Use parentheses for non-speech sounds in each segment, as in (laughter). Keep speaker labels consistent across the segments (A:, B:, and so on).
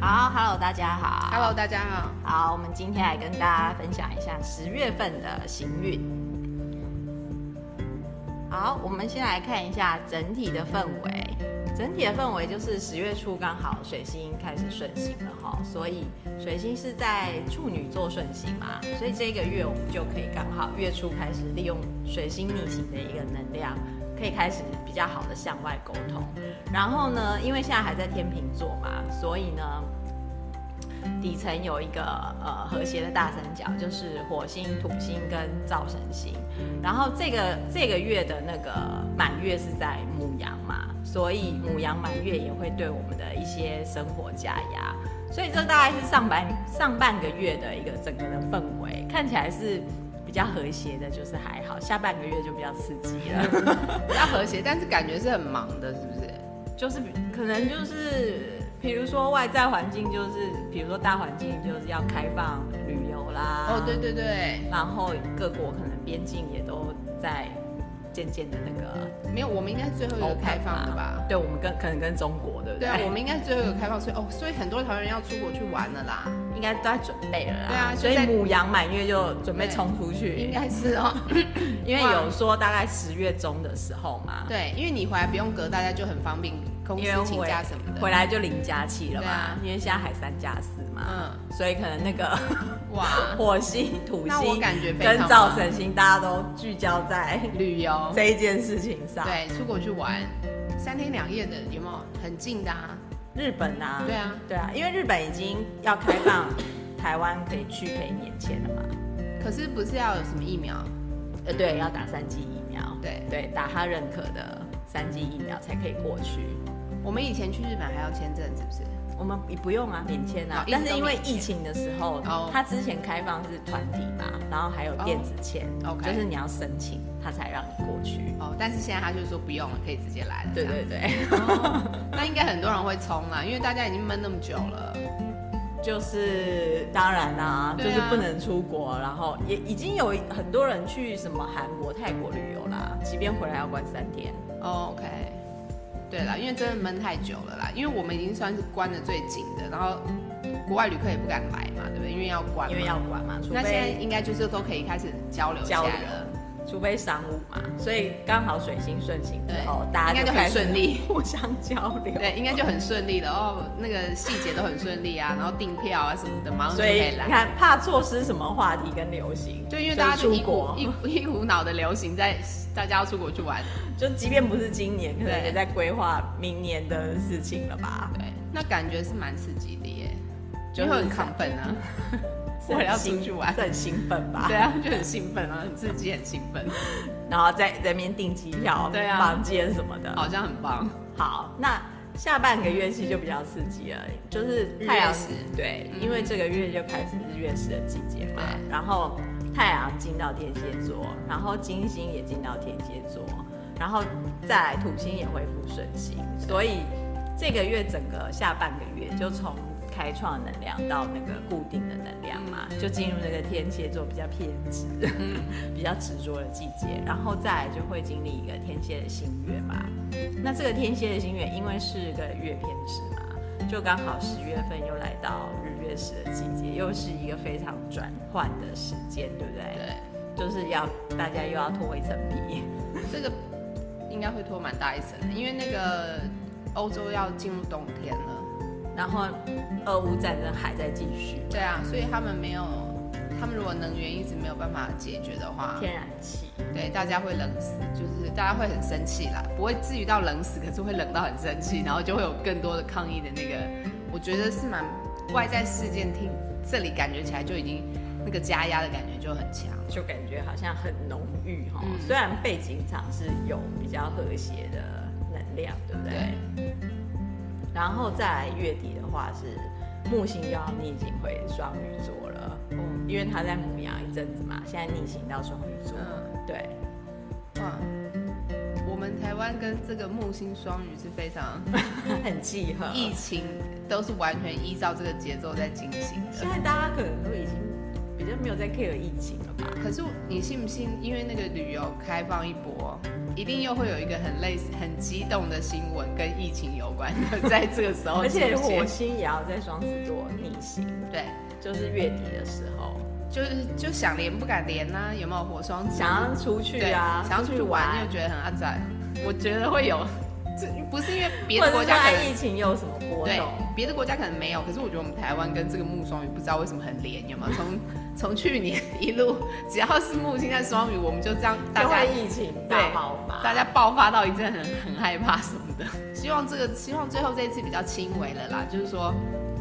A: 好，Hello，大家好。
B: Hello，大家好。
A: 好，我们今天来跟大家分享一下十月份的行运。好，我们先来看一下整体的氛围。整体的氛围就是十月初刚好水星开始顺行了哈，所以水星是在处女座顺行嘛，所以这个月我们就可以刚好月初开始利用水星逆行的一个能量，可以开始比较好的向外沟通。然后呢，因为现在还在天秤座嘛，所以呢。底层有一个呃和谐的大三角，就是火星、土星跟灶神星。然后这个这个月的那个满月是在母羊嘛，所以母羊满月也会对我们的一些生活加压。所以这大概是上半上半个月的一个整个的氛围，看起来是比较和谐的，就是还好。下半个月就比较刺激
B: (laughs)
A: 了，
B: 要和谐，但是感觉是很忙的，是不是？
A: 就是可能就是。比如说外在环境就是，比如说大环境就是要开放旅游啦，
B: 哦，对对对，
A: 然后各国可能边境也都在渐渐的那个
B: 没有，我们应该是最后一个
A: open
B: 开放的
A: 嘛
B: 吧？
A: 对，我们跟可能跟中国，对不对？
B: 对啊，我们应该是最后一个开放，所以哦，所以很多台湾人要出国去玩了啦，
A: 应该都在准备了啦。
B: 对啊就
A: 所以
B: 在
A: 母羊满月就准备
B: 对
A: 冲出
B: 应
A: 去，
B: 该是 (laughs) 哦。
A: 因为
B: 哇
A: 有说大概十月中的时候嘛，
B: 对，因为你回来不用隔，大家就很方便，公
A: 因
B: 司
A: 为
B: 请
A: 回
B: 假什么的。
A: 回来就零假期了
B: 对
A: 嘛
B: 啊，
A: 因为现在还三加四嘛，
B: 嗯，
A: 所以可能那个
B: 哇，
A: (laughs) 火星、土
B: 那我
A: 星
B: 感觉非常
A: 跟造神星，大家都聚焦在
B: 旅游，
A: 这一件事情上。，
B: 对，出国去玩，三天两夜的有没有很近的啊？
A: 日本啊，
B: 对啊，
A: 对啊，因为日本已经要开放台湾可以去可以免签了嘛。
B: 可是不是要有什么疫苗？
A: 呃，对，要打三剂疫苗，
B: 对，
A: 对，打他认可的三剂疫苗才可以过去。
B: 我们以前去日本还要签证，是不是？
A: 我们也不用啊，免签啊
B: 哦，一直
A: 但是
B: 都
A: 因为
B: 免签
A: 疫情的时候
B: 哦，
A: 他之前开放是团体嘛，然后还有电子签
B: 哦，OK
A: 就是你要申请，他才让你过去。
B: 哦，但是现在他就说不用了，可以直接来了。
A: 对
B: 这样
A: 对对，
B: 哦那应该很多人会冲啦，因为大家已经闷那么久了。
A: (laughs) 就是当然啦、就
B: 对啊
A: 是不能出国，然后也已经有很多人去什么韩国、泰国旅游啦，即便回来要关三天。
B: 哦 OK，对啦，因为真的闷太久了啦，因为我们已经算是关的最紧的，然后国外旅客也不敢来嘛，对不对？因为要关嘛，
A: 因为要管嘛，除
B: 那现在
A: 非
B: 应该就是都可以开始交流起来
A: 交
B: 了
A: 流。除非商务嘛，所以刚好水星顺行之后，
B: 对
A: 大家
B: 应该就很
A: 开始
B: 顺利
A: (laughs) 互相交流。
B: 对，应该就很顺利了哦，那个细节都很顺利啊，然后订票啊什么的，马上就
A: 所
B: 可
A: 以
B: 以
A: 你
B: 来。
A: 看，怕错失什么话题跟流行，
B: 就因为大家就
A: 出
B: 一股
A: 国，
B: 一股 (laughs) 一股脑的流行在，大家要出国去玩。
A: 就即便不是今年，可能
B: 对
A: 也在规划明年的事情了吧？
B: 对，那感觉是蛮刺激的耶，
A: 就
B: 就是会很亢奋啊， (laughs) 为了要
A: 是很兴
B: 出去玩
A: 是。很兴奋嗯吧？
B: 对啊，就很兴奋啊，很刺激，很兴奋，
A: 然后在在那边订机票、
B: 对啊
A: 房间什么的。
B: 好像很棒。
A: 好，那下半个月期就比较刺激了，就是
B: 日
A: 太阳
B: 月食
A: 对，
B: 嗯
A: 因为这个月就开始日月食的季节嘛，
B: 对
A: 然后太阳进到天蝎座，然后金星也进到天蝎座，然后再来土星也恢复顺行，所以这个月整个下半个月就从。开创能量到那个固定的能量嘛，
B: 嗯
A: 就进入那个天蝎座比较偏执， (laughs) 比较执着的季节，然后再来就会经历一个天蝎的新月吧。那这个天蝎的星月，因为是个月偏食嘛，就刚好十月份又来到日月食的季节，又是一个非常转换的时间，对不对？
B: 对，
A: 就是要大家又要脱一层皮，
B: 这个应该会拖蛮大一层的，因为那个欧洲要进入冬天了。
A: 然后俄乌战争还在继续，
B: 对啊，所以他们没有，他们如果能源一直没有办法解决的话，
A: 天然气。
B: 对大家会冷死，就是大家会很生气啦，不会至于到冷死，可是会冷到很生气，然后就会有更多的抗议的那个，我觉得是蛮外在事件听这里感觉起来就已经那个加压的感觉就很强。
A: 就感觉好像很浓郁哈、
B: 嗯
A: 虽然背景场是有比较和谐的能量，对不对？
B: 对，
A: 然后再来月底的话是木星又要逆行回双鱼座了，
B: 嗯
A: 因为它在母羊一阵子嘛，现在逆行到双鱼座，
B: 嗯。
A: 对， (laughs)
B: 哇，哦嗯我们台湾跟这个木星双鱼是非常
A: 很契合。
B: 疫情都是完全依照这个节奏在进行的
A: 现。在大家可能都已经比就没有再 care 疫情了吧？
B: 可是你信不信？因为那个旅游开放一波，一定又会有一个很类似、很激动的新闻跟疫情有关的，在这个时
A: (laughs)
B: 候
A: 而
B: 出
A: 且火
B: 现。
A: 星也要在双子座逆行，
B: 对，
A: 就是月底的时候，
B: 就是就想连不敢连呐、有没有火双子？
A: 想要出去
B: 对
A: 啊，
B: 想要出去玩又觉得很阿宅，我觉得会有，这不是因为别
A: 或
B: 的
A: 者
B: 国
A: 是
B: 家可
A: 怕
B: 能
A: 疫情又有什么波
B: 对
A: 动？，
B: 别的国家可能没有，可是我觉得我们台湾跟这个木双鱼不知道为什么很连，有没有？从从去年一路，只要是木星在双鱼，我们就这样大
A: 就
B: 家
A: 会疫情大爆发，
B: 大家爆发到一阵很很害怕什么的。 (laughs) 希望这个希望最后这一次比较轻微了啦，就是说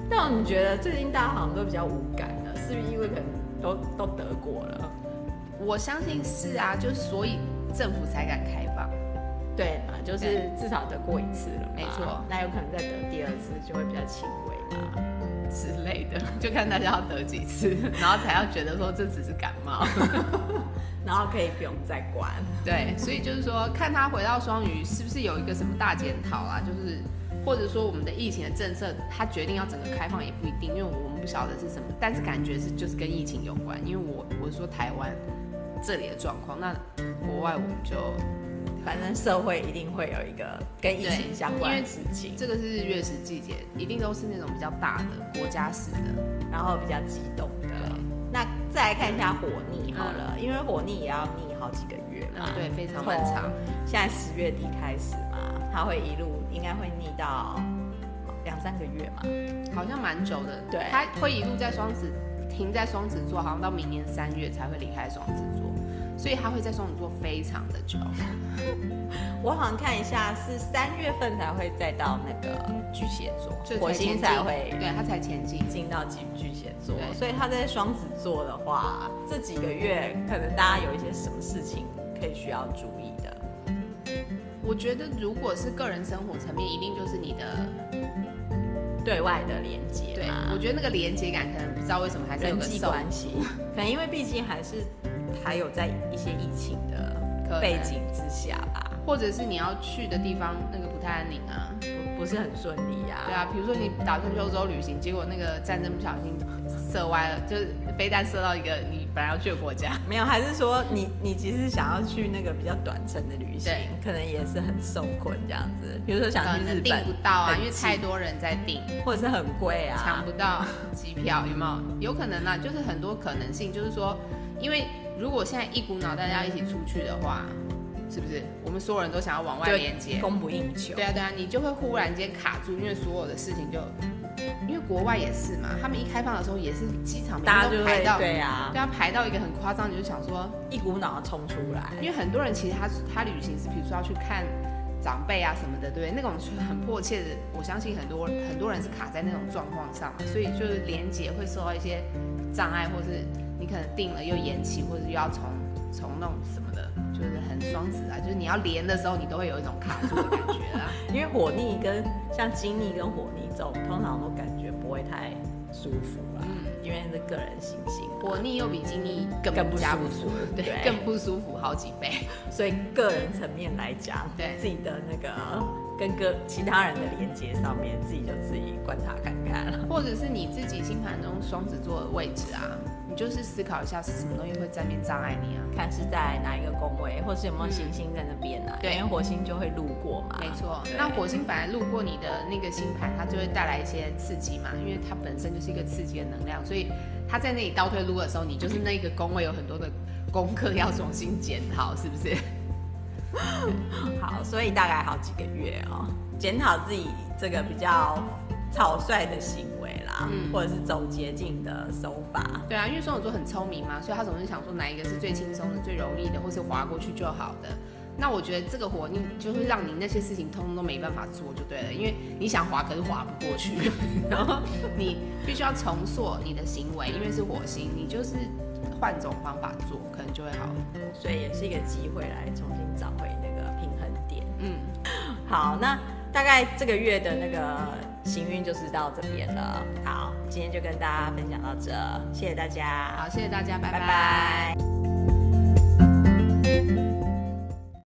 A: 但我们觉得最近大家好像都比较无感了，是不是因为可能都都得过了？
B: 我相信是啊，就是所以政府才敢开放。
A: 对嘛，就是
B: 对嗯
A: 至少得过一次了嘛，
B: 没错嗯
A: 那有可能再得第二次就会比较轻微嘛。
B: 之类的，就看大家要得几次，然后才要觉得说这只是感冒。
A: 然后可以不用再管，
B: 对，所以就是说，看他回到双鱼是不是有一个什么大检讨啦，就是或者说我们的疫情的政策，他决定要整个开放也不一定，因为我们不晓得是什么，但是感觉是就是跟疫情有关，因为我我说台湾这里的状况，那国外我们就
A: 反正社会一定会有一个跟疫情相关的事情，
B: 这个是月食季节，一定都是那种比较大的国家式的，
A: 然后比较激动的
B: 对。
A: 那再来看一下火逆好了，因为火逆也要逆好几个月嘛
B: 嗯，，对，非常漫长，
A: 现在十月底开始嘛，它会一路应该会逆到两三个月嘛，
B: 好像蛮久的，
A: 对
B: 他会一路在双子停在双子座，好像到明年三月才会离开双子座，所以他会在双子座非常的久。
A: 我好像看一下是三月份才会再到那个巨蟹座
B: 就，
A: 火星
B: 前进
A: 才会
B: 对，它才前进。
A: 进到巨巨蟹座，
B: 对
A: 所以他在双子座的话，这几个月可能大家有一些什么事情可以需要注意的。
B: 我觉得如果是个人生活层面，一定就是你的，
A: 对外的连接
B: 对
A: 嘛，
B: 我觉得那个连接感可能不知道为什么还是有
A: 人
B: 个
A: 际
B: 受
A: 关系，可能因为毕竟还是还有在一些疫情
B: 可
A: 的
B: 能
A: 背景之下吧，
B: 或者是你要去的地方那个不太安宁啊。
A: 不不是很顺利啊。
B: 对啊，比如说你打算去欧洲旅行，结果那个战争不小心射歪了，就是飞弹射到一个你本来要去的国家。
A: 没有，还是说你你其实想要去那个比较短程的旅行
B: 对，
A: 可能也是很受困这样子。比如说想
B: 可
A: 去日
B: 能
A: 本，
B: 订不到啊，
A: 很
B: 因为
A: 近
B: 太多人在订，
A: 或者是很贵
B: (laughs) 抢
A: 啊。
B: 不到机票，有没有？有可能啊，就是很多可能性，就是说，因为如果现在一股脑大家一起出去的话，是不是我们所有人都想要往外
A: 就
B: 连接？
A: 供不应求。
B: 对啊，对啊，你就会忽然间卡住，因为所有的事情就，因为国外也是嘛，他们一开放的时候也是机场每
A: 大家
B: 天
A: 就
B: 都
A: 会
B: 排到，
A: 对啊
B: 对啊，排到一个很夸张，你就想说，
A: 一股脑地冲出来。
B: 因为很多人其实他他旅行是，比如说要去看长辈啊什么的，对不对？那种是很迫切的，我相信很多很多人是卡在那种状况上嘛，所以就是连接会受到一些障碍，或是呃你可能定了又延期，或者又要重重弄什么的，就是很双子啊，就是你要连的时候，你都会有一种卡住的感觉啊。
A: 因为火逆跟像金逆跟火逆这种，通常都感觉不会太舒服啦，
B: 嗯
A: 因为是个人行星嘛，
B: 火逆又比金逆更
A: 更不
B: 加
A: 舒
B: 不
A: 服
B: 舒服，对，
A: 对
B: 更不舒服好几倍。
A: 所以个人层面来讲，
B: 对
A: 自己的那个跟个其他人的连接上面，自己就自己观察看看了。
B: 或者是你自己星盘中双子座的位置啊，你就是思考一下是什么东西会正面障碍你啊。
A: 看是在哪一个宫位，或是有没有行星在那边啊？
B: 嗯对
A: 因为火星就会路过嘛。
B: 没错
A: 对，
B: 那火星本来路过你的那个星盘，它就会带来一些刺激嘛，因为它本身就是一个刺激的能量，所以它在那里倒退路的时候，你就是那个宫位有很多的功课要重新检讨，是不是？
A: 好，所以大概好几个月哦，检讨自己这个比较草率的行为啦，
B: 嗯
A: 或者是走捷径的手法。
B: 对啊，因为双子座很聪明嘛，所以他总是想说哪一个是最轻松的、最容易的，或是划过去就好的。那我觉得这个火你就是让你那些事情通通都没办法做就对了，因为你想划可是划不过去， (laughs) 然后你必须要重塑你的行为，因为是火星，你就是换种方法做，可能就会好。
A: 所以也是一个机会来重新找回那个平衡点。
B: 嗯，
A: 好，那大概这个月的那个行运就是到这边了。好，今天就跟大家分享到这，谢谢大家，
B: 好，谢谢大家，拜
A: 拜
B: 拜
A: 拜